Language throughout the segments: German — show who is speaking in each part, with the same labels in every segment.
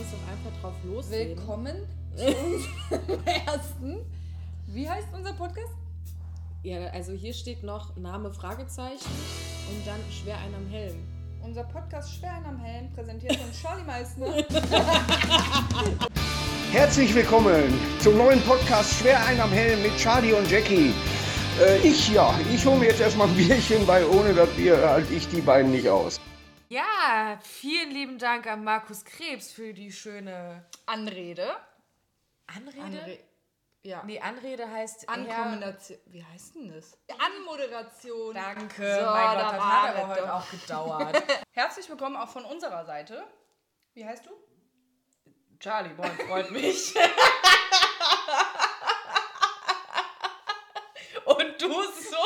Speaker 1: es doch einfach drauf loslegen.
Speaker 2: Willkommen zu unserem ersten. Wie heißt unser Podcast?
Speaker 1: Ja, also hier steht noch Name Fragezeichen und dann schwer ein am Helm.
Speaker 2: Unser Podcast Schweren am Helm, präsentiert von Charlie Meissner.
Speaker 3: Herzlich willkommen zum neuen Podcast Schwer ein am Helm mit Charlie und Jackie. Äh, ich ja, ich hole mir jetzt erstmal ein Bierchen, weil ohne das Bier halte ich die beiden nicht aus.
Speaker 4: Ja, vielen lieben Dank an Markus Krebs für die schöne
Speaker 2: Anrede.
Speaker 4: Anrede.
Speaker 2: Anre ja.
Speaker 4: Nee, Anrede heißt
Speaker 2: Ankombination. Wie heißt denn das? Anmoderation.
Speaker 4: Herr- Danke,
Speaker 2: So,
Speaker 4: mein
Speaker 2: da
Speaker 4: Gott, das
Speaker 2: war
Speaker 4: hat aber
Speaker 2: es
Speaker 4: heute
Speaker 2: doch.
Speaker 4: auch gedauert.
Speaker 2: Herzlich willkommen auch von unserer Seite. Wie heißt du?
Speaker 4: Charlie, boah, freut mich. Und du so.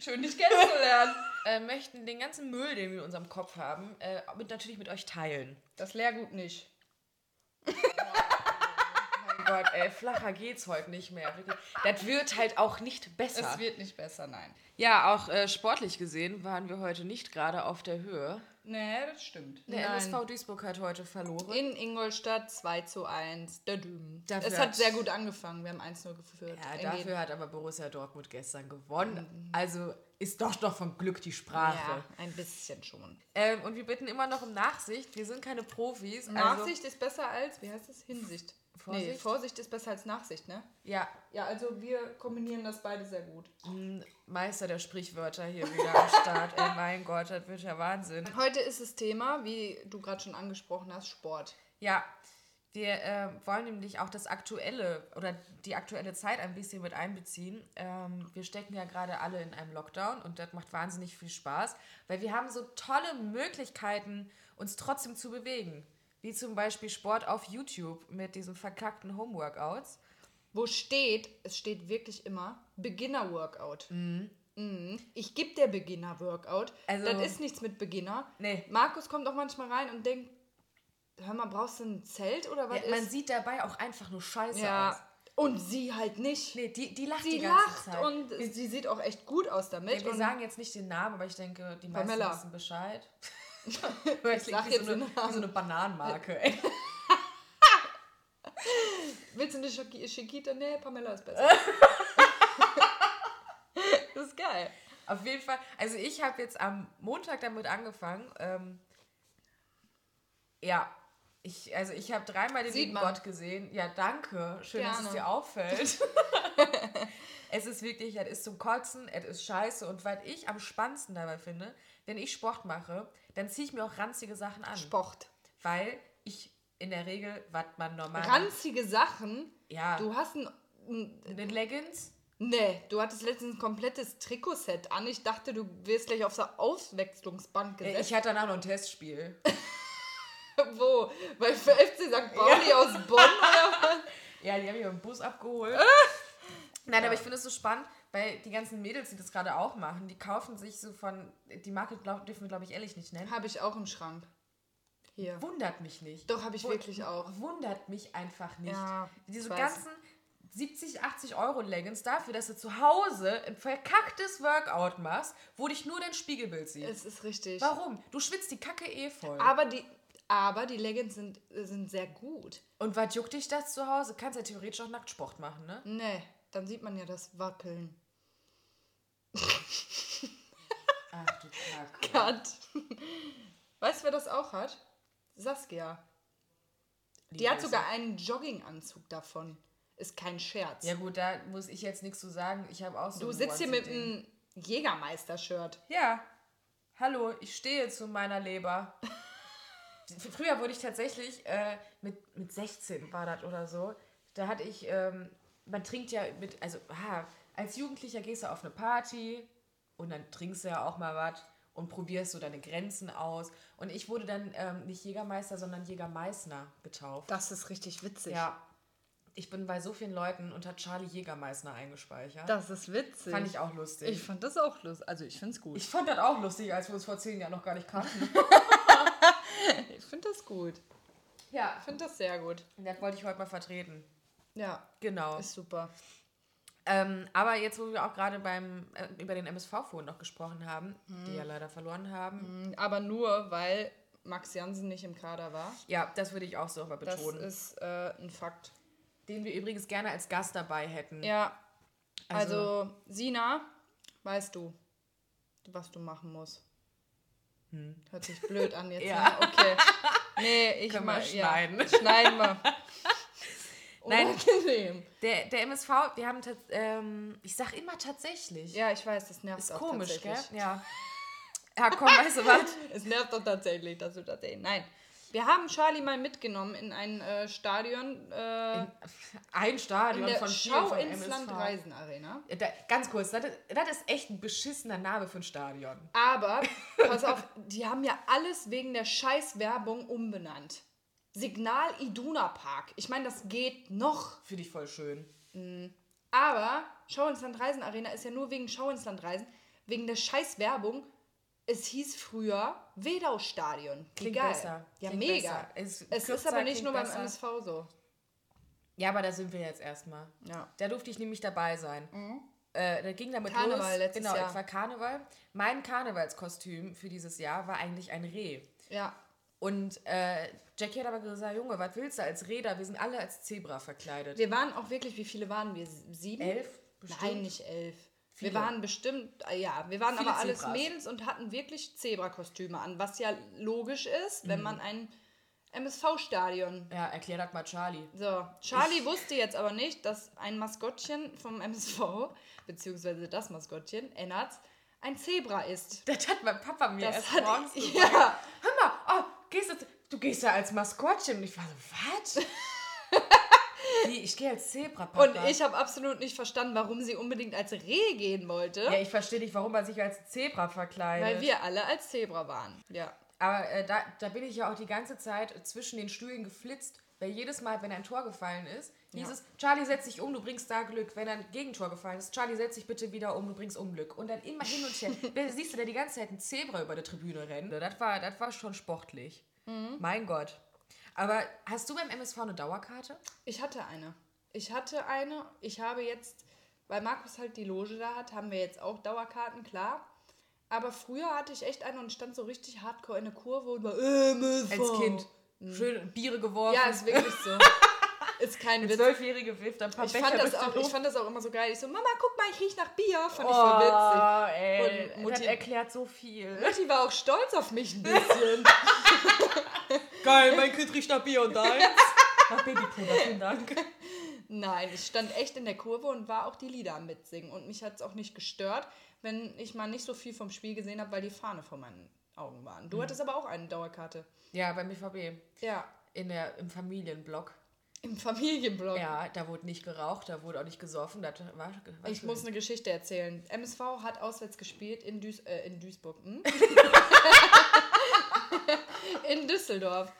Speaker 2: Schön, dich kennenzulernen.
Speaker 4: Äh, möchten den ganzen Müll, den wir in unserem Kopf haben, äh, mit, natürlich mit euch teilen.
Speaker 2: Das Lehrgut nicht.
Speaker 4: Mein Oh Gott, ey, flacher geht's heute nicht mehr. wirklich. Das wird halt auch nicht besser.
Speaker 2: Es wird nicht besser, nein.
Speaker 4: Ja, auch äh, sportlich gesehen waren wir heute nicht gerade auf der Höhe.
Speaker 2: Nee, das stimmt.
Speaker 4: Der
Speaker 2: Nein.
Speaker 4: MSV Duisburg hat heute verloren.
Speaker 2: In Ingolstadt 2 zu 1. Der Düben.
Speaker 4: Dafür
Speaker 2: Es hat
Speaker 4: hat-
Speaker 2: sehr gut angefangen. Wir haben 1-0 geführt.
Speaker 4: Ja,
Speaker 2: In
Speaker 4: dafür
Speaker 2: jedem-
Speaker 4: hat aber Borussia Dortmund gestern gewonnen. Also ist doch doch vom Glück die Sprache.
Speaker 2: ja, ein bisschen schon.
Speaker 4: Ähm, und wir bitten immer noch um Nachsicht. Wir sind keine Profis. Also
Speaker 2: Nachsicht ist besser als, wie heißt es? Hinsicht.
Speaker 4: Vorsicht?
Speaker 2: Nee, Also Vorsicht ist besser als Nachsicht, ne?
Speaker 4: Also, ja,
Speaker 2: Ja, also wir kombinieren das beide sehr gut.
Speaker 4: Meister der Sprichwörter hier wieder am Start. Ey, mein Gott, das wird ja Wahnsinn.
Speaker 2: Heute ist das Thema, wie du gerade schon angesprochen hast, Sport.
Speaker 4: Ja, wir äh, wollen nämlich auch das aktuelle oder die aktuelle Zeit ein bisschen mit einbeziehen. Ähm, wir stecken ja gerade alle in einem Lockdown und das macht wahnsinnig viel Spaß, weil wir haben so tolle Möglichkeiten, uns trotzdem zu bewegen. Wie zum Beispiel Sport auf YouTube mit diesen verkackten Homeworkouts.
Speaker 2: Wo steht, es steht wirklich immer Beginner-Workout. Mhm. Ich gebe der Beginner-Workout.
Speaker 4: Also-
Speaker 2: das ist nichts mit Beginner.
Speaker 4: Nee.
Speaker 2: Markus kommt auch manchmal rein und denkt, hör mal, brauchst du ein Zelt oder was
Speaker 4: Ja, man
Speaker 2: ist?
Speaker 4: sieht dabei auch einfach nur Scheiße aus.
Speaker 2: ja. Und sie halt nicht.
Speaker 4: Nee, die, die lacht
Speaker 2: sie
Speaker 4: die ganze
Speaker 2: lacht
Speaker 4: Zeit.
Speaker 2: und sie sieht auch echt gut aus damit.
Speaker 4: Ja, wir
Speaker 2: und
Speaker 4: sagen jetzt nicht den Namen, aber ich denke, die meisten
Speaker 2: Pamela.
Speaker 4: wissen Bescheid. ich
Speaker 2: sag
Speaker 4: sag
Speaker 2: jetzt
Speaker 4: jetzt so eine,
Speaker 2: den Namen.
Speaker 4: wie so eine Bananenmarke. Ey.
Speaker 2: Willst du eine Shaki- Chiquita? Nee, Pamela ist besser. das ist geil.
Speaker 4: Auf jeden Fall. Also ich habe jetzt am Montag damit angefangen. Ähm, ja, ich, also ich habe dreimal den
Speaker 2: Sieht
Speaker 4: lieben
Speaker 2: man.
Speaker 4: Gott gesehen. Ja, danke. Schön, dass es
Speaker 2: Gerne.
Speaker 4: dir auffällt. es ist wirklich, es ist zum Kotzen, es ist scheiße. Und was ich am spannendsten dabei finde, wenn ich Sport mache, dann ziehe ich mir auch ranzige Sachen an.
Speaker 2: Sport.
Speaker 4: Weil ich in der Regel, was man normal...
Speaker 2: Ranzige Sachen.
Speaker 4: Ja.
Speaker 2: Du hast ein, ein
Speaker 4: Mit Leggings?
Speaker 2: Nee, du hattest letztens ein komplettes Trikotset an. Ich dachte, du wirst gleich auf der Auswechslungsbank
Speaker 4: Äh,
Speaker 2: gesetzt.
Speaker 4: Ich hatte danach noch ein Testspiel.
Speaker 2: Wo? Bei FC St. Pauli aus Bonn oder was?
Speaker 4: Ja, die haben mich im Bus abgeholt. Ah! Nein, aber ich finde es so spannend, weil die ganzen Mädels, die das gerade auch machen, die kaufen sich so von. Die Marke glaub, dürfen wir, glaube ich, ehrlich nicht nennen.
Speaker 2: Habe ich auch im Schrank. Hier.
Speaker 4: Wundert mich nicht.
Speaker 2: Doch, habe ich
Speaker 4: Wund-
Speaker 2: wirklich auch.
Speaker 4: Wundert mich einfach nicht.
Speaker 2: Ja,
Speaker 4: Diese
Speaker 2: ich weiß.
Speaker 4: ganzen 70, 80 Euro Leggings dafür, dass du zu Hause ein verkacktes Workout machst, wo dich nur dein Spiegelbild sieht.
Speaker 2: Es ist richtig.
Speaker 4: Warum? Du schwitzt die Kacke eh voll.
Speaker 2: Aber die, aber die Leggings sind, sind sehr gut.
Speaker 4: Und was juckt dich das zu Hause? Kannst ja theoretisch auch Nacktsport machen, ne?
Speaker 2: Nee, dann sieht man ja das Wackeln.
Speaker 4: Ach du Kacke.
Speaker 2: Gott. Weißt du, wer das auch hat? Saskia. Die hat sogar einen Jogginganzug davon. Ist kein Scherz.
Speaker 4: Ja gut, da muss ich jetzt nichts zu sagen. Ich habe auch so
Speaker 2: du
Speaker 4: ein
Speaker 2: sitzt hier mit
Speaker 4: One-Sit-Ding.
Speaker 2: einem Jägermeister-Shirt.
Speaker 4: Ja. Hallo, ich stehe zu meiner Leber. Fr- Früher wurde ich tatsächlich äh, mit, mit 16 war das oder so. Da hatte ich, ähm, man trinkt ja mit, also ha, als Jugendlicher gehst du auf eine Party und dann trinkst du ja auch mal was und probierst so deine Grenzen aus. Und ich wurde dann ähm, nicht Jägermeister, sondern Jägermeißner getauft.
Speaker 2: Das ist richtig witzig.
Speaker 4: Ja. Ich bin bei so vielen Leuten unter Charlie Jägermeißner eingespeichert.
Speaker 2: Das ist witzig.
Speaker 4: fand ich auch lustig.
Speaker 2: Ich fand das auch lustig. Also ich find's gut.
Speaker 4: Ich fand das auch lustig, als wir uns vor zehn Jahren noch gar nicht kannten.
Speaker 2: Ich find das gut.
Speaker 4: ja.
Speaker 2: Ich find das sehr gut.
Speaker 4: Das wollte ich heute mal vertreten.
Speaker 2: Ja,
Speaker 4: Genau.
Speaker 2: ist super.
Speaker 4: Ähm, aber jetzt, wo wir auch gerade beim äh, über den MSV-Fuhren noch gesprochen haben,
Speaker 2: Mhm.
Speaker 4: die ja leider verloren haben,
Speaker 2: Aber nur, weil Max Jansen nicht im Kader war.
Speaker 4: ja, das würde ich auch so mal
Speaker 2: Das
Speaker 4: betonen.
Speaker 2: ist äh, ein Fakt.
Speaker 4: Den wir übrigens gerne als Gast dabei hätten.
Speaker 2: Ja, also,
Speaker 4: Also-
Speaker 2: Sina, weißt du, was du machen musst. Hört sich blöd an jetzt.
Speaker 4: Mhm. Ja.
Speaker 2: Ne? Okay. Nee, ich
Speaker 4: Können wir
Speaker 2: ma- Ja.
Speaker 4: schneiden.
Speaker 2: Schneiden wir.
Speaker 4: Nein.
Speaker 2: Unangenehm.
Speaker 4: Der, der MSV, die haben tats- ähm, ich sag immer tatsächlich.
Speaker 2: Ja, ich weiß, das nervt
Speaker 4: Ist
Speaker 2: auch
Speaker 4: komisch, gell?
Speaker 2: tatsächlich.
Speaker 4: Ja. Ja, komm, weißt du was?
Speaker 2: Es nervt doch tatsächlich, dass du das sehen. Nein. Wir haben Charlie mal mitgenommen in ein äh, Stadion, äh, in,
Speaker 4: Ein Stadion
Speaker 2: der
Speaker 4: von vielen
Speaker 2: Schau
Speaker 4: von
Speaker 2: ins
Speaker 4: MSV.
Speaker 2: Land Reisen Arena.
Speaker 4: Da, ganz kurz, das, ist- das ist echt ein beschissener Name für ein Stadion.
Speaker 2: Aber, pass auf, die haben ja alles wegen der Scheißwerbung umbenannt. Signal Iduna Park. Ich meine, das geht noch.
Speaker 4: Finde ich voll schön.
Speaker 2: Aber Schau ins Land Reisen Arena ist ja nur wegen Schau ins Land Reisen, wegen der Scheißwerbung. Es hieß früher Wedau-Stadion. Wie
Speaker 4: Klingt
Speaker 2: geil.
Speaker 4: besser.
Speaker 2: Ja,
Speaker 4: Klingt
Speaker 2: mega.
Speaker 4: besser. Ist
Speaker 2: es ist
Speaker 4: kürzer,
Speaker 2: aber nicht
Speaker 4: klingt
Speaker 2: nur beim
Speaker 4: besser.
Speaker 2: MSV so.
Speaker 4: Ja, aber da sind wir jetzt erstmal.
Speaker 2: Ja. Mhm.
Speaker 4: Da durfte ich nämlich dabei sein. Äh, da ging damit
Speaker 2: Karneval
Speaker 4: los.
Speaker 2: letztes
Speaker 4: genau,
Speaker 2: Jahr.
Speaker 4: es war Karneval. Mein Karnevalskostüm für dieses Jahr war eigentlich ein Reh.
Speaker 2: Ja.
Speaker 4: Und äh, Jackie hat aber gesagt, Junge, was willst du als Räder? Wir sind alle als Zebra verkleidet.
Speaker 2: Wir waren auch wirklich, wie viele waren wir? Sieben?
Speaker 4: Elf? Bestimmt.
Speaker 2: Nein, nicht elf.
Speaker 4: Viele.
Speaker 2: Wir waren bestimmt, ah ja, wir waren
Speaker 4: Viele
Speaker 2: aber alles
Speaker 4: Zebras.
Speaker 2: Mädels und hatten wirklich Zebrakostüme an, was ja logisch ist,
Speaker 4: Mhm.
Speaker 2: wenn man ein MSV-Stadion.
Speaker 4: Ja, erklär das mal Charlie.
Speaker 2: So, Charlie wusste jetzt aber nicht, dass ein Maskottchen vom MSV, beziehungsweise das Maskottchen, Ennards, ein Zebra ist.
Speaker 4: Das hat mein Papa mir
Speaker 2: Das
Speaker 4: erst
Speaker 2: hat-
Speaker 4: morgens um gesagt.
Speaker 2: Ja,
Speaker 4: Hör mal, oh, gehst du, du gehst ja als Maskottchen. Und ich war so, was? Wie, ich gehe als Zebra, Papa.
Speaker 2: und ich habe absolut nicht verstanden, warum sie unbedingt als Reh gehen wollte,
Speaker 4: Ja, ich verstehe nicht, warum man sich als Zebra verkleidet.
Speaker 2: weil wir alle als Zebra waren. Ja.
Speaker 4: Aber äh, da, da bin ich ja auch die ganze Zeit zwischen den Stühlen geflitzt, weil jedes Mal, wenn ein Tor gefallen ist, hieß es, Charlie, setz dich um, du bringst da Glück. Wenn ein Gegentor gefallen ist, Charlie, setz dich bitte wieder um, du bringst Unglück. Und dann immer hin und her. da siehst du da die ganze Zeit einen Zebra über der Tribüne rennen. Das war, das war schon sportlich.
Speaker 2: Mhm.
Speaker 4: Mein Gott. Aber hast du beim MSV eine Dauerkarte?
Speaker 2: Ich hatte eine. Ich hatte eine. Ich habe jetzt, weil Markus halt die Loge da hat, haben wir jetzt auch Dauerkarten, klar. Aber früher hatte ich echt eine und stand so richtig hardcore in der Kurve und war MSV.
Speaker 4: Als Kind. Schön Biere geworfen.
Speaker 2: Mhm. Ja, ist wirklich so. ist kein Witz.
Speaker 4: Zwölfjährige wirft ein paar
Speaker 2: Ich
Speaker 4: Becher
Speaker 2: fand, das
Speaker 4: durch die
Speaker 2: auch, ich
Speaker 4: Luft.
Speaker 2: fand das auch immer so geil. Ich so, Mama, guck mal, ich riech nach Bier. Fand ich voll witzig.
Speaker 4: Oh, ey,
Speaker 2: Und Mutti-
Speaker 4: das erklärt so viel.
Speaker 2: Mutti war auch stolz auf mich ein bisschen.
Speaker 4: Geil, mein Kind riecht nach Bier und deins. Mach Babypuder, vielen Dank.
Speaker 2: Nein, ich stand echt in der Kurve und war auch die Lieder am mitsingen. Und mich hat es auch nicht gestört, wenn ich mal nicht so viel vom Spiel gesehen habe, weil die Fahne vor meinen Augen waren. Du hattest aber auch eine Dauerkarte.
Speaker 4: Ja, beim BVB.
Speaker 2: Ja,
Speaker 4: In der, Im Familienblock.
Speaker 2: im Familienblock.
Speaker 4: Ja, da wurde nicht geraucht, da wurde auch nicht gesoffen. Das war, war
Speaker 2: Ich
Speaker 4: schön.
Speaker 2: muss eine Geschichte erzählen. MSV hat auswärts gespielt in, Duis äh, in Duisburg. Hm? in Düsseldorf.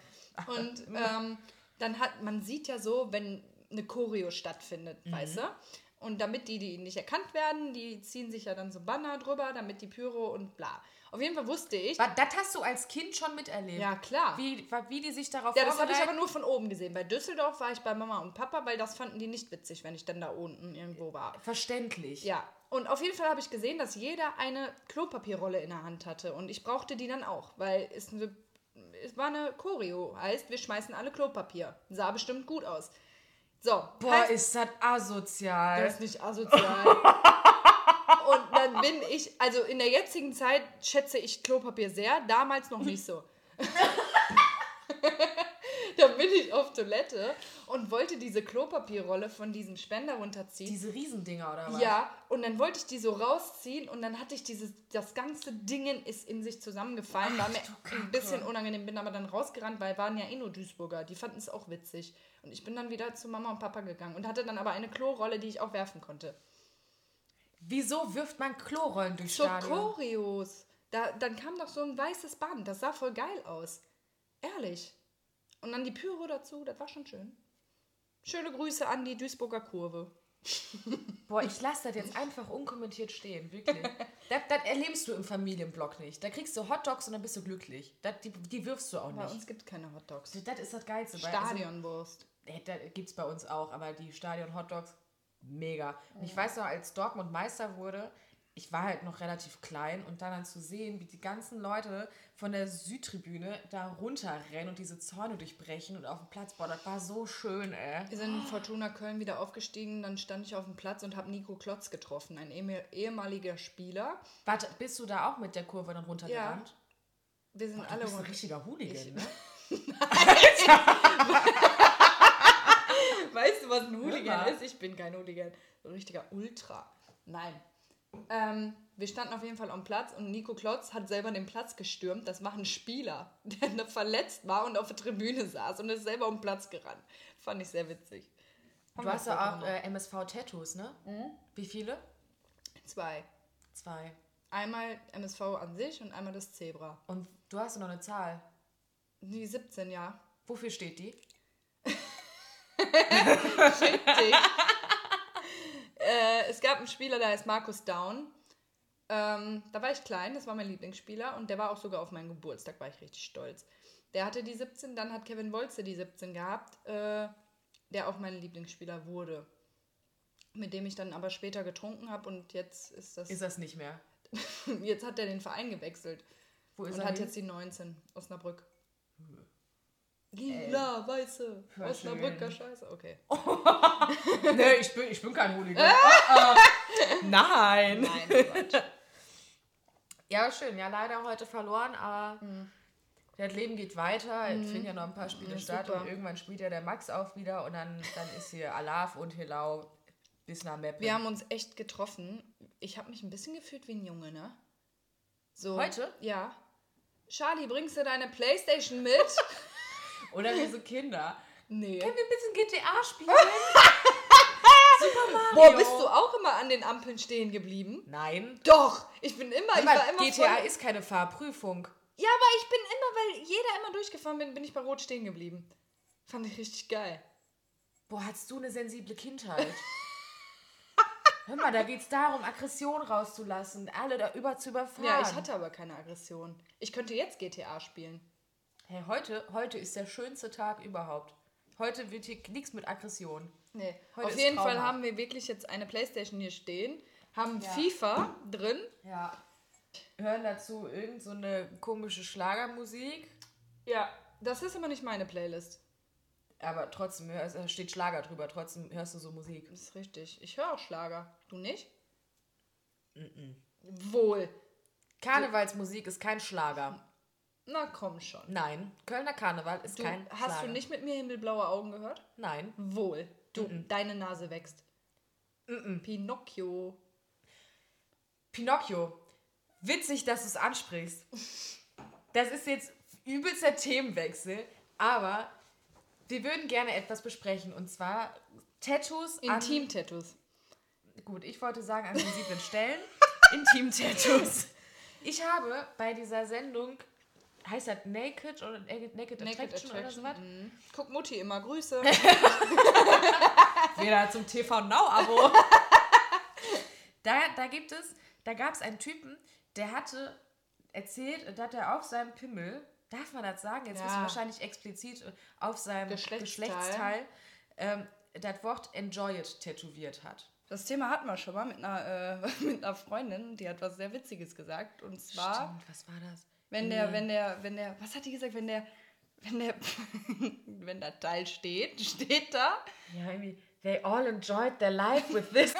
Speaker 2: Und ähm, dann hat, man sieht ja so, wenn eine Choreo stattfindet, weißt du? Und damit die, die nicht erkannt werden, die ziehen sich ja dann so Banner drüber, damit die Pyro und bla. Auf jeden Fall wusste ich.
Speaker 4: War, das hast du als Kind schon miterlebt.
Speaker 2: Ja, klar.
Speaker 4: Wie, war, wie die sich darauf
Speaker 2: Ja, das habe ich aber
Speaker 4: vorbereiten.
Speaker 2: nur von oben gesehen. Bei Düsseldorf war ich bei Mama und Papa, weil das fanden die nicht witzig, wenn ich dann da unten irgendwo war.
Speaker 4: Verständlich.
Speaker 2: Ja, und auf jeden Fall habe ich gesehen, dass jeder eine Klopapierrolle in der Hand hatte. Und ich brauchte die dann auch, weil es, eine, es war eine Choreo. Heißt, wir schmeißen alle Klopapier. Sah bestimmt gut aus. So,
Speaker 4: Boah,
Speaker 2: heißt,
Speaker 4: ist das asozial.
Speaker 2: das ist nicht asozial. und dann bin ich, also in der jetzigen Zeit schätze ich Klopapier sehr, damals noch nicht so. da bin ich auf Toilette und wollte diese Klopapierrolle von diesem Spender runterziehen.
Speaker 4: Diese Riesendinger, oder was?
Speaker 2: Ja, und dann wollte ich die so rausziehen und dann hatte ich dieses, das ganze Dingen ist in sich zusammengefallen. war mir ein bisschen unangenehm, bin aber dann rausgerannt, weil waren ja eh nur Duisburger. Die fanden es auch witzig. Und ich bin dann wieder zu Mama und Papa gegangen und hatte dann aber eine Klorolle, die ich auch werfen konnte.
Speaker 4: Wieso wirft man Klorollen durchs
Speaker 2: Zur
Speaker 4: Stadion?
Speaker 2: Choreos. Da, dann kam doch so ein weißes Band. Das sah voll geil aus. Ehrlich. Und dann die Pyro dazu, das war schon schön. Schöne Grüße an die Duisburger Kurve.
Speaker 4: Boah, ich lasse das jetzt einfach unkommentiert stehen, wirklich. das, das erlebst du im Familienblock nicht. Da kriegst du Hotdogs und dann bist du glücklich. Das, die, die wirfst du auch
Speaker 2: Bei
Speaker 4: nicht.
Speaker 2: uns gibt es keine Hotdogs.
Speaker 4: Das ist das Geilste. weil-
Speaker 2: Stadionwurst.
Speaker 4: Also, äh, da gibt's bei uns auch, aber die Stadion-Hotdogs, mega. Und ich weiß noch, als Dortmund Meister wurde, ich war halt noch relativ klein und dann, dann zu sehen, wie die ganzen Leute von der Südtribüne da runterrennen und diese Zäune durchbrechen und auf den Platz, boah, das war so schön, ey.
Speaker 2: Wir sind in Fortuna Köln wieder aufgestiegen, dann stand ich auf dem Platz und habe Nico Klotz getroffen, ein ehemel- ehemaliger Spieler.
Speaker 4: Warte, bist du da auch mit der Kurve dann runtergerannt?
Speaker 2: Wir sind
Speaker 4: Du
Speaker 2: alle
Speaker 4: bist ein
Speaker 2: runter.
Speaker 4: richtiger Hooligan, ne?
Speaker 2: Weißt du, was ein
Speaker 4: Hör
Speaker 2: Hooligan
Speaker 4: mal.
Speaker 2: ist? Ich bin kein Hooligan. Ein richtiger Ultra. Nein. Ähm, wir standen auf jeden Fall am Platz und Nico Klotz hat selber den Platz gestürmt. Das war ein Spieler, der ne- verletzt war und auf der Tribüne saß und ist selber um den Platz gerannt. Fand ich sehr witzig.
Speaker 4: Du hast ja auch äh, MSV-Tattoos, ne? Wie viele?
Speaker 2: Zwei.
Speaker 4: Zwei.
Speaker 2: Einmal MSV an sich und einmal das Zebra.
Speaker 4: Und du hast noch eine Zahl.
Speaker 2: Die 17, ja.
Speaker 4: Wofür steht die?
Speaker 2: Dick. äh, es gab einen Spieler, der heißt Markus Down. Ähm, da war ich klein, das war mein Lieblingsspieler und der war auch sogar auf meinen Geburtstag, war ich richtig stolz. Der hatte die 17, dann hat Kevin Wolze die 17 gehabt, äh, der auch mein Lieblingsspieler wurde. Mit dem ich dann aber später getrunken habe und jetzt ist das.
Speaker 4: Ist das nicht mehr?
Speaker 2: jetzt hat er den Verein gewechselt
Speaker 4: Wo ist
Speaker 2: und
Speaker 4: er
Speaker 2: hat
Speaker 4: hin?
Speaker 2: jetzt die 19, Osnabrück. Lila, weiße,
Speaker 4: Hör schön. Oh.
Speaker 2: Osnabrücker Scheiße, okay.
Speaker 4: nee, ich bin, ich bin kein Hooligan. Oh, Nein.
Speaker 2: Nein, Quatsch.
Speaker 4: Ja, schön. Ja, leider heute verloren, aber das Leben geht weiter. Es finden ja noch ein paar Spiele statt
Speaker 2: super.
Speaker 4: und irgendwann spielt ja der Max auch wieder und dann, dann ist hier Alaf und Hilau bis nach Meppen.
Speaker 2: Wir haben uns echt getroffen. Ich habe mich ein bisschen gefühlt wie ein Junge, ne? So.
Speaker 4: Heute?
Speaker 2: Ja. Charlie, bringst du deine Playstation mit?
Speaker 4: Oder wie so Kinder.
Speaker 2: nee.
Speaker 4: Können wir ein bisschen GTA spielen?
Speaker 2: Boah, bist du auch immer an den Ampeln stehen geblieben?
Speaker 4: Nein.
Speaker 2: Doch, ich bin immer, ich
Speaker 4: Mal,
Speaker 2: war immer
Speaker 4: GTA
Speaker 2: voll,
Speaker 4: ist keine Fahrprüfung.
Speaker 2: Ja, aber ich bin immer, weil jeder immer durchgefahren bin, bin ich bei Rot stehen geblieben. Fand ich richtig geil.
Speaker 4: Boah, hast du eine sensible Kindheit. Hör mal, da geht's darum, Aggression rauszulassen, alle da über zu überfahren.
Speaker 2: Ja, ich hatte aber keine Aggression. Ich könnte jetzt GTA spielen.
Speaker 4: Hey, heute, heute ist der schönste Tag überhaupt. Heute wird hier nichts mit Aggression.
Speaker 2: Nee,
Speaker 4: Heute
Speaker 2: auf
Speaker 4: ist
Speaker 2: jeden Fall
Speaker 4: traumhaft.
Speaker 2: haben wir wirklich jetzt eine Playstation hier stehen, haben FIFA drin.
Speaker 4: Ja. Hören dazu irgend so eine komische Schlagermusik,
Speaker 2: Ja, das ist immer nicht meine Playlist.
Speaker 4: aber trotzdem hörst, da steht Schlager drüber, trotzdem hörst du so Musik.
Speaker 2: Das ist richtig. Ich höre auch Schlager. Du nicht? Wohl.
Speaker 4: Karnevalsmusik ist kein Schlager.
Speaker 2: Na komm schon.
Speaker 4: Nein, Kölner Karneval ist
Speaker 2: Du,
Speaker 4: kein
Speaker 2: hast
Speaker 4: Schlager.
Speaker 2: du nicht mit mir himmelblaue Augen gehört?
Speaker 4: Nein.
Speaker 2: Wohl. Du, deine Nase wächst. Pinocchio.
Speaker 4: Pinocchio. Witzig, dass du es ansprichst. Das ist jetzt übelster Themenwechsel, aber wir würden gerne etwas besprechen und zwar Tattoos an
Speaker 2: Intim-Tattoos.
Speaker 4: gut, ich wollte sagen an sensiblen Stellen, Intim-Tattoos. Ich habe bei dieser Sendung, heißt das Naked oder Naked, Naked, Attraction, oder so was?
Speaker 2: Mhm. Guck Mutti immer, Grüße.
Speaker 4: Wieder zum TV Now-Abo. da, da gibt es, da gab es einen Typen, der hatte erzählt, dass er auf seinem Pimmel, darf man das sagen? Jetzt
Speaker 2: Ja.
Speaker 4: ja. müssen wir wahrscheinlich explizit auf seinem
Speaker 2: Geschlechtsteil.
Speaker 4: Geschlechtsteil, ähm, das Wort Enjoy it tätowiert hat.
Speaker 2: Das Thema hatten wir schon mal mit einer, äh, mit einer Freundin, die hat was sehr Witziges gesagt. Und zwar.
Speaker 4: Stimmt, was war das?
Speaker 2: Wenn
Speaker 4: Mhm.
Speaker 2: der, wenn der, wenn der, was hat die gesagt, wenn der, wenn der, wenn der Teil steht, steht da.
Speaker 4: Ja, irgendwie, they all enjoyed their life with this.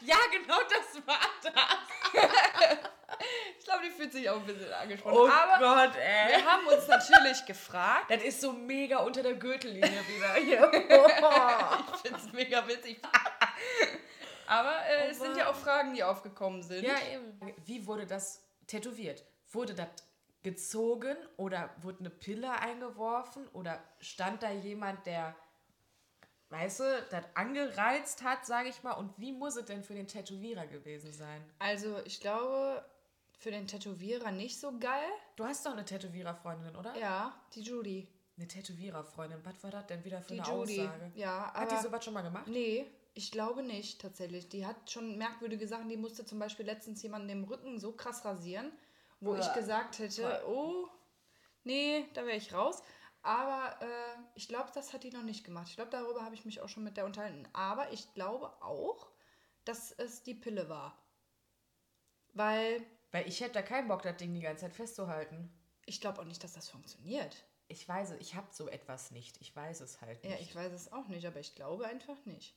Speaker 4: ja, genau das war das.
Speaker 2: Ich glaube, die fühlt sich auch ein bisschen angesprochen.
Speaker 4: Aber
Speaker 2: Aber
Speaker 4: Oh Gott, ey.
Speaker 2: wir haben uns natürlich gefragt.
Speaker 4: Das ist so mega unter der Gürtellinie wieder. Hier.
Speaker 2: Ich finde es mega witzig. Aber äh, es sind ja auch Fragen, die aufgekommen sind.
Speaker 4: Oh Ja, eben. Wie wurde das tätowiert? Wurde das gezogen oder wurde eine Pille eingeworfen oder stand da jemand, der, weißt du, das angereizt hat, sage ich mal? Und wie muss es denn für den Tätowierer gewesen sein?
Speaker 2: Also, ich glaube, für den Tätowierer nicht so geil.
Speaker 4: Du hast doch eine Tätowiererfreundin, oder?
Speaker 2: Ja, die Judy.
Speaker 4: Eine Tätowiererfreundin. Was war das denn wieder für
Speaker 2: Die
Speaker 4: eine
Speaker 2: Judy.
Speaker 4: Aussage?
Speaker 2: Ja, aber
Speaker 4: Hat die sowas schon mal gemacht?
Speaker 2: Nee, ich glaube nicht tatsächlich. Die hat schon merkwürdige Sachen. Die musste zum Beispiel letztens jemanden im Rücken so krass rasieren, wo ich gesagt hätte, oh, nee, da wäre ich raus. Aber äh, ich glaube, das hat die noch nicht gemacht. Ich glaube, darüber habe ich mich auch schon mit der unterhalten. Aber ich glaube auch, dass es die Pille war. Weil
Speaker 4: Weil ich hätte da keinen Bock, das Ding die ganze Zeit festzuhalten.
Speaker 2: ich glaube auch nicht, dass das funktioniert.
Speaker 4: Ich weiß es, ich habe so etwas nicht. Ich weiß es halt nicht.
Speaker 2: Ja, ich weiß es auch nicht, aber ich glaube einfach nicht.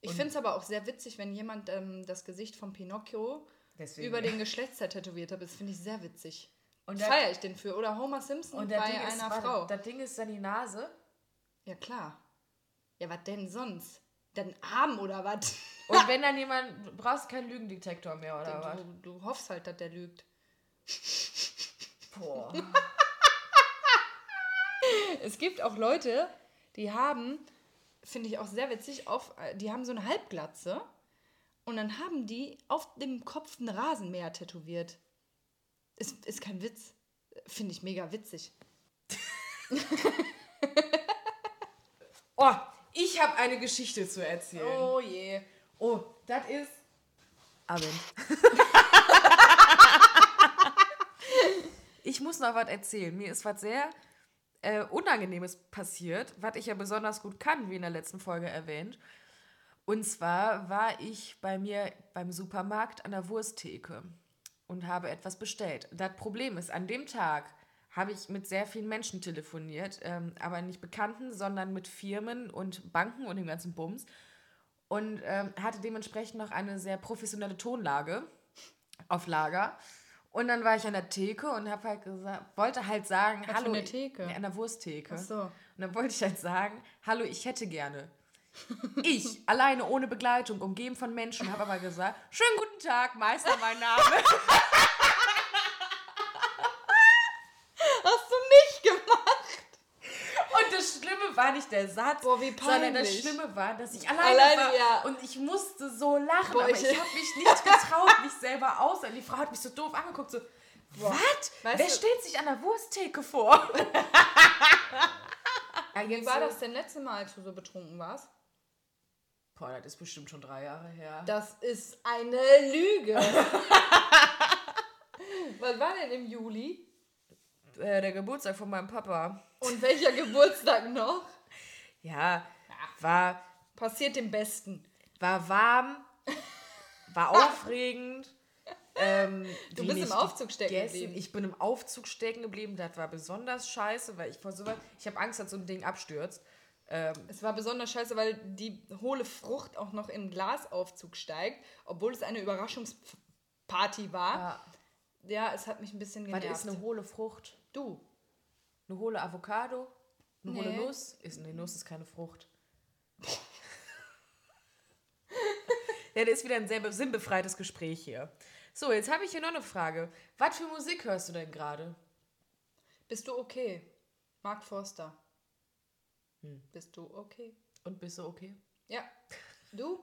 Speaker 2: Ich finde es aber auch sehr witzig, wenn jemand ähm, das Gesicht von Pinocchio
Speaker 4: Deswegen.
Speaker 2: über den Geschlechtsteil tätowiert hat. Das finde ich sehr witzig.
Speaker 4: Und
Speaker 2: Und
Speaker 4: da-
Speaker 2: feiere ich den für. Oder Homer Simpson
Speaker 4: Und
Speaker 2: bei
Speaker 4: das Ding, ist,
Speaker 2: einer
Speaker 4: warte,
Speaker 2: Frau.
Speaker 4: das Ding ist dann die Nase.
Speaker 2: ja, klar. Ja, was denn sonst? Dein Arm oder was?
Speaker 4: Und wenn dann jemand, du brauchst keinen Lügendetektor mehr, oder was?
Speaker 2: Du, du hoffst halt, dass der lügt.
Speaker 4: Boah.
Speaker 2: Es gibt auch Leute, die haben, finde ich auch sehr witzig, auf, äh, die haben so eine Halbglatze und dann haben die auf dem Kopf ein Rasenmäher tätowiert. Ist, ist kein Witz. Finde ich mega witzig.
Speaker 4: Oh, ich habe eine Geschichte zu erzählen.
Speaker 2: je.
Speaker 4: Oh, das ist. Abend. ich muss noch was erzählen. Mir ist was sehr äh, Unangenehmes passiert, was ich ja besonders gut kann, wie in der letzten Folge erwähnt. Und zwar war ich bei mir beim Supermarkt an der Wursttheke und habe etwas bestellt. Das Problem ist, an dem Tag habe ich mit sehr vielen Menschen telefoniert, ähm, aber nicht Bekannten, sondern mit Firmen und Banken und dem ganzen Bums. Und ähm, hatte dementsprechend noch eine sehr professionelle Tonlage auf Lager. Und dann war ich an der Theke und habe halt gesagt, wollte halt sagen,
Speaker 2: für
Speaker 4: hallo.
Speaker 2: eine
Speaker 4: ich-
Speaker 2: Theke?
Speaker 4: Nee, an der Wursttheke.
Speaker 2: Ach so.
Speaker 4: Und dann wollte ich halt sagen, hallo, ich hätte gerne. Ich, alleine, ohne Begleitung, umgeben von Menschen, habe aber gesagt, schönen guten Tag, Meister, mein Name.
Speaker 2: Hast du nicht gemacht?
Speaker 4: Und das Schlimme war nicht der Satz,
Speaker 2: Boah, wie
Speaker 4: sondern das
Speaker 2: peinlich.
Speaker 4: Schlimme war, dass ich alleine,
Speaker 2: Alleine,
Speaker 4: war
Speaker 2: ja.
Speaker 4: und ich musste so lachen,
Speaker 2: Boah,
Speaker 4: aber ich,
Speaker 2: ich-
Speaker 4: habe mich nicht getraut, mich selber aus. Und die Frau hat mich so doof angeguckt, so, was?
Speaker 2: Weißt
Speaker 4: Wer
Speaker 2: du-
Speaker 4: stellt sich an der Wursttheke vor? ja,
Speaker 2: Wie war das denn letzte Mal, als du so betrunken warst?
Speaker 4: Boah, das ist bestimmt schon drei Jahre her.
Speaker 2: Das ist eine Lüge. Was war denn im Juli?
Speaker 4: äh, der Geburtstag von meinem Papa.
Speaker 2: Und welcher Geburtstag noch?
Speaker 4: Ja, war,
Speaker 2: Passiert dem Besten.
Speaker 4: war warm, war aufregend. ähm,
Speaker 2: Du
Speaker 4: wie
Speaker 2: bist im
Speaker 4: nicht
Speaker 2: Aufzug stecken
Speaker 4: gegessen.
Speaker 2: geblieben.
Speaker 4: Ich bin im Aufzug stecken geblieben. Das war besonders scheiße, weil ich vor sowas, ich habe Angst, dass so ein Ding abstürzt.
Speaker 2: Es war besonders scheiße, weil die hohle Frucht auch noch im Glasaufzug steigt, obwohl es eine Überraschungsparty war. Ja, es hat mich ein bisschen
Speaker 4: Was
Speaker 2: genervt.
Speaker 4: ist eine hohle Frucht?
Speaker 2: du?
Speaker 4: Eine hohle Avocado? Eine hohle
Speaker 2: Nee.
Speaker 4: Nuss? Ist eine Nuss ist keine Frucht. ja, das ist wieder ein sehr be- sinnbefreites Gespräch hier. So, jetzt habe ich hier noch eine Frage. Was für Musik hörst du denn gerade?
Speaker 2: Bist du okay? Mark Forster. Bist du okay?
Speaker 4: Und bist du okay?
Speaker 2: Ja. Du?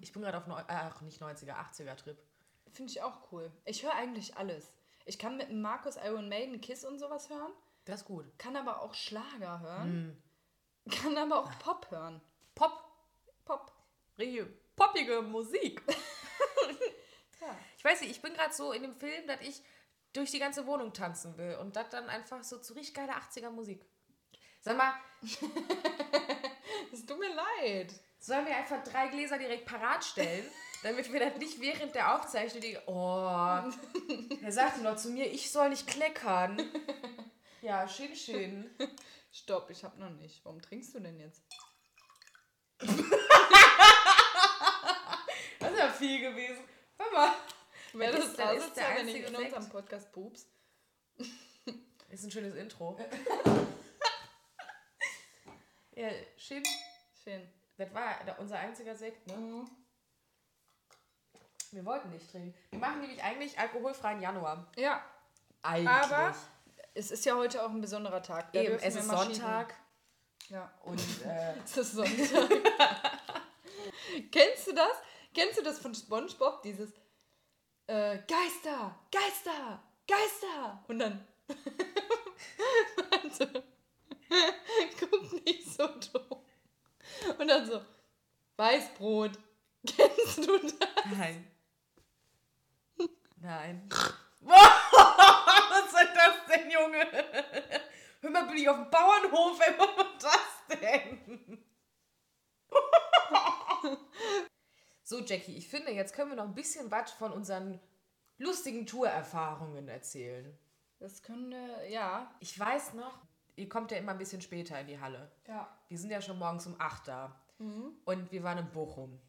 Speaker 4: Ich bin gerade auf neu, äh, ach, nicht 90er, 80er Trip.
Speaker 2: Finde ich auch cool. Ich höre eigentlich alles. Ich kann mit dem Markus Iron Maiden Kiss und sowas hören,
Speaker 4: Das ist gut.
Speaker 2: kann aber auch Schlager hören, kann aber auch Pop hören.
Speaker 4: Pop,
Speaker 2: Pop.
Speaker 4: richtige poppige Musik.
Speaker 2: Ja.
Speaker 4: Ich weiß nicht, ich bin gerade so in dem Film, dass ich durch die ganze Wohnung tanzen will und das dann einfach so zu richtig geiler 80er Musik. Sag mal,
Speaker 2: Es tut mir leid.
Speaker 4: sollen wir einfach drei Gläser direkt parat stellen, damit wir das nicht während der Aufzeichnung die oh, er sagte noch zu mir, ich soll nicht kleckern. Ja, schön, schön.
Speaker 2: Stopp, ich hab noch nicht. Warum trinkst du denn jetzt?
Speaker 4: Das ist ja viel gewesen. Hör mal.
Speaker 2: Wer
Speaker 4: Das
Speaker 2: das,
Speaker 4: ist-
Speaker 2: ist,
Speaker 4: das
Speaker 2: das
Speaker 4: ist
Speaker 2: ist
Speaker 4: der
Speaker 2: wenn ich
Speaker 4: einzige
Speaker 2: in
Speaker 4: Effekt.
Speaker 2: unserem Podcast pups.
Speaker 4: Ist ein schönes Intro. ja, schön.
Speaker 2: Schön.
Speaker 4: Das war da- unser einziger Sekt, ne? Wir wollten nicht trinken. Wir machen nämlich eigentlich alkoholfreien Januar.
Speaker 2: Ja,
Speaker 4: Eigentlich.
Speaker 2: aber es ist ja heute auch ein besonderer Tag. Da
Speaker 4: Eben,
Speaker 2: dürfen
Speaker 4: es
Speaker 2: wir
Speaker 4: ist
Speaker 2: mal
Speaker 4: Sonntag
Speaker 2: schieben. Ja,
Speaker 4: und äh,
Speaker 2: es ist Sonntag. Kennst du das? Kennst du das von SpongeBob? Dieses äh, Geister, Geister, Geister. Und dann. Warte. Guck nicht so doof. Und dann so. Weißbrot. Kennst du das?
Speaker 4: nein. Nein. Was soll das denn, Junge? Hör mal, Mann, bin ich auf dem Bauernhof, ey, was war das denn? so, Jackie, ich finde, jetzt können wir noch ein bisschen was von unseren lustigen Tourerfahrungen erzählen.
Speaker 2: Das könnte, ja.
Speaker 4: Ich weiß noch, ihr kommt ja immer ein bisschen später in die Halle.
Speaker 2: Ja.
Speaker 4: Wir sind ja schon morgens um 8 da. Und wir waren in Bochum.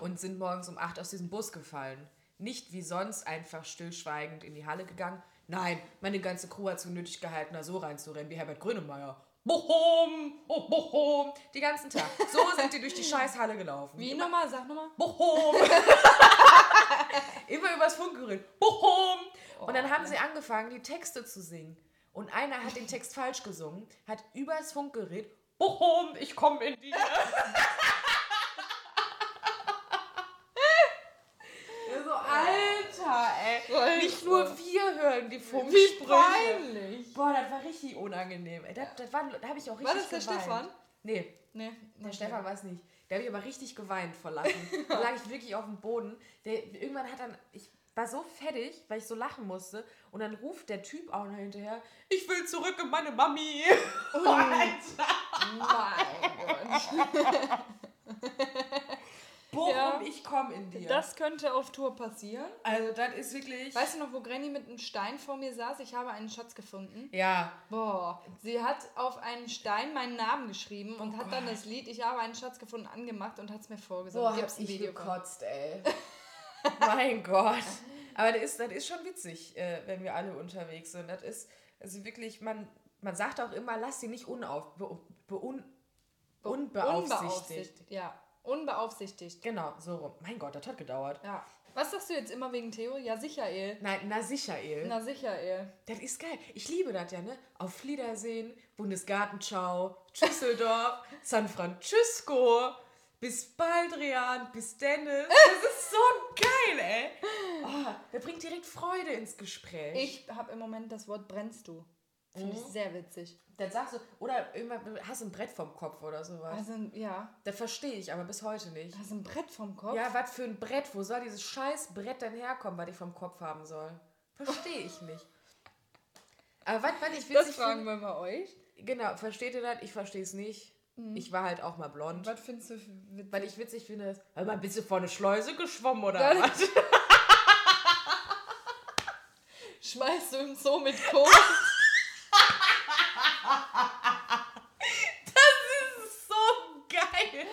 Speaker 4: Und sind morgens um 8 aus diesem Bus gefallen. Nicht wie sonst einfach stillschweigend in die Halle gegangen. Nein, meine ganze Crew hat es für nötig gehalten, da so reinzurennen wie Herbert Grönemeyer. Bochum! Oh, Bochum! Die ganzen Tag. So sind die durch die Scheißhalle gelaufen.
Speaker 2: Wie nochmal? Sag nochmal.
Speaker 4: Bochum! Immer übers Funkgerät. Bochum! und
Speaker 2: Oh,
Speaker 4: dann haben sie angefangen, die Texte zu singen. Und einer hat den Text falsch gesungen, hat übers Funkgerät Bochum, ich komme in die. so, Alter, ey. Nicht nur wir hören die Funksprüche.
Speaker 2: Peinlich.
Speaker 4: Boah, das war richtig unangenehm. Ey, das, das war, da habe ich auch richtig
Speaker 2: War das der
Speaker 4: geweint.
Speaker 2: Stefan?
Speaker 4: Nee,
Speaker 2: Nee,
Speaker 4: der Stefan war es nicht. Der habe ich aber richtig geweint vor Lachen. Da lag ich wirklich auf dem Boden. Der, irgendwann hat dann, ich war so fertig, weil ich so lachen musste. Und dann ruft der Typ auch noch hinterher, ich will zurück in meine Mami. Alter.
Speaker 2: Mein Gott.
Speaker 4: Boom,
Speaker 2: Ja.
Speaker 4: ich komme in dir.
Speaker 2: Das könnte auf Tour passieren.
Speaker 4: also das ist wirklich...
Speaker 2: Weißt du noch, wo Granny mit einem Stein vor mir saß? Ich habe einen Schatz gefunden.
Speaker 4: ja,
Speaker 2: Boah, sie hat auf einen Stein meinen Namen geschrieben und hat dann das Lied Ich habe einen Schatz gefunden angemacht und hat es mir vorgesagt.
Speaker 4: Boah,
Speaker 2: Gibt's
Speaker 4: hab
Speaker 2: ein
Speaker 4: ich
Speaker 2: Video von.
Speaker 4: gekotzt, ey. mein Gott. Aber das ist, das ist schon witzig, äh, wenn wir alle unterwegs sind. Das ist, also wirklich, man, man sagt auch immer, lass sie nicht unauf, be, be, un, unbeaufsichtigt.
Speaker 2: Unbeaufsichtigt. Ja, unbeaufsichtigt.
Speaker 4: Genau, so rum. Mein Gott, das hat gedauert.
Speaker 2: Ja. Was sagst du jetzt immer wegen Theo? Ja, sicher, El.
Speaker 4: Nein, na sicher, El.
Speaker 2: Na sicher, El.
Speaker 4: Das ist geil. Ich liebe das ja, ne? Auf Wiedersehen, Bundesgartenschau, Düsseldorf, San Francisco. Bis bald, Rian. Bis Dennis. Das ist so geil, ey. Oh, der bringt direkt Freude ins Gespräch.
Speaker 2: Ich habe im Moment das Wort brennst du. Finde ich sehr witzig.
Speaker 4: Dann sagst du, oder irgendwann hast du ein Brett vom Kopf oder sowas.
Speaker 2: Also, ja,
Speaker 4: das verstehe ich aber bis heute nicht.
Speaker 2: hast ein Brett vom Kopf.
Speaker 4: Ja, was für ein Brett? Wo soll dieses scheiß Brett denn herkommen, was ich vom Kopf haben soll? Verstehe ich nicht. Aber was, was ich witzig
Speaker 2: das fragen
Speaker 4: finde-
Speaker 2: wir mal euch.
Speaker 4: Genau, versteht ihr das? Ich verstehe es nicht. Ich war halt auch mal blond.
Speaker 2: Was findest du witzig?
Speaker 4: Weil ich witzig finde, ist, hör mal, bist du vor eine Schleuse geschwommen oder
Speaker 2: Dann-
Speaker 4: was?
Speaker 2: Schmeißt du im Zoo mit Kohle?
Speaker 4: So geil!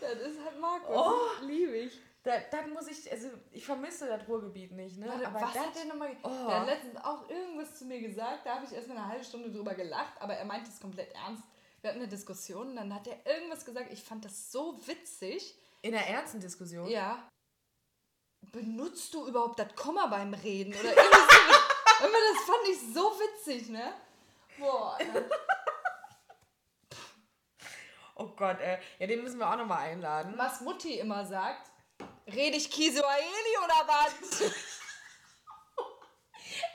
Speaker 2: das ist halt Markus.
Speaker 4: Oh.
Speaker 2: Liebe ich.
Speaker 4: Da, dann muss ich, also ich vermisse das Ruhrgebiet nicht, ne?
Speaker 2: Warte,
Speaker 4: Aber
Speaker 2: was
Speaker 4: das,
Speaker 2: hat der nochmal?
Speaker 4: Oh.
Speaker 2: Der hat letztens auch irgendwas zu mir gesagt, da habe ich erstmal eine halbe Stunde drüber gelacht, aber er meinte es komplett ernst. Wir hatten eine Diskussion, dann hat er irgendwas gesagt, ich fand das so witzig.
Speaker 4: in einer ernsten Diskussion.
Speaker 2: Ja. Benutzt du überhaupt das Komma beim Reden? Oder irgendwie so, Immer, das fand ich so witzig, ne? Boah. äh,
Speaker 4: Oh Gott, ey. Ja, den müssen wir auch nochmal einladen.
Speaker 2: Was Mutti immer sagt, rede ich Kisuaeli oder was?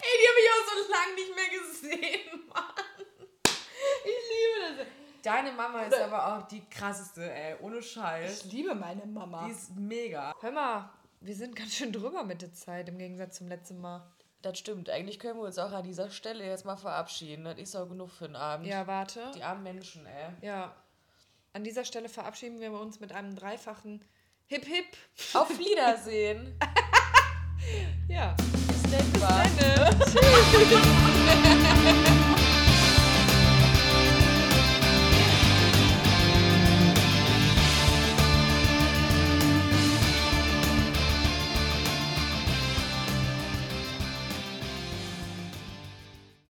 Speaker 4: Ey, die habe ich auch so lange nicht mehr gesehen, Mann.
Speaker 2: Ich liebe das.
Speaker 4: Deine Mama ist aber auch die krasseste, ey. Ohne Scheiß.
Speaker 2: Ich liebe meine Mama.
Speaker 4: Die ist mega.
Speaker 2: Hör mal, wir sind ganz schön drüber mit der Zeit im Gegensatz zum letzten Mal.
Speaker 4: Das stimmt. Eigentlich können wir uns auch an dieser Stelle jetzt mal verabschieden. Das ist auch genug für den Abend.
Speaker 2: Ja, warte.
Speaker 4: Die armen Menschen, ey.
Speaker 2: Ja. An dieser Stelle verabschieden wir uns mit einem dreifachen Hip Hip.
Speaker 4: Auf Wiedersehen.
Speaker 2: Ja.
Speaker 4: Bis dann.
Speaker 2: Tschüss.